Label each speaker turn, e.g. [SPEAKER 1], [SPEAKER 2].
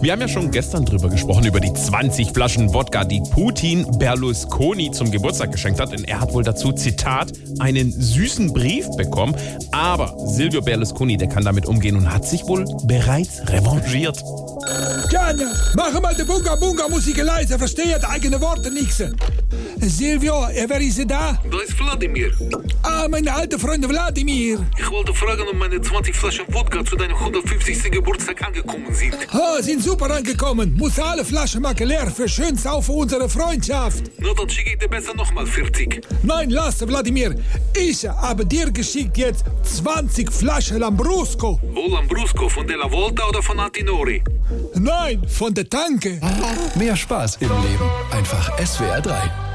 [SPEAKER 1] Wir haben ja schon gestern drüber gesprochen, über die 20 Flaschen Wodka, die Putin Berlusconi zum Geburtstag geschenkt hat. Und er hat wohl dazu, Zitat, einen süßen Brief bekommen. Aber Silvio Berlusconi, der kann damit umgehen und hat sich wohl bereits revanchiert.
[SPEAKER 2] Gianni, mach mal die Bunga Bunga Musik leise, verstehe die eigenen Worte nix. Silvio, eh, wer ist da?
[SPEAKER 3] Da ist Wladimir.
[SPEAKER 2] Ah, mein alter Freund Wladimir.
[SPEAKER 3] Ich wollte fragen, ob meine 20 Flaschen Wodka zu deinem 150. Geburtstag angekommen sind.
[SPEAKER 2] Ah, sind super angekommen. Muss alle Flaschen machen leer für schön saufen unsere Freundschaft.
[SPEAKER 3] Na, dann schicke ich dir besser nochmal 40.
[SPEAKER 2] Nein, lass, Wladimir. Ich habe dir geschickt jetzt 20 Flaschen Lambrusco.
[SPEAKER 3] Oh, Lambrusco, von Della Volta oder von Antinori?
[SPEAKER 2] Nein, von der Tanke.
[SPEAKER 4] Mehr Spaß im Leben. Einfach SWR 3.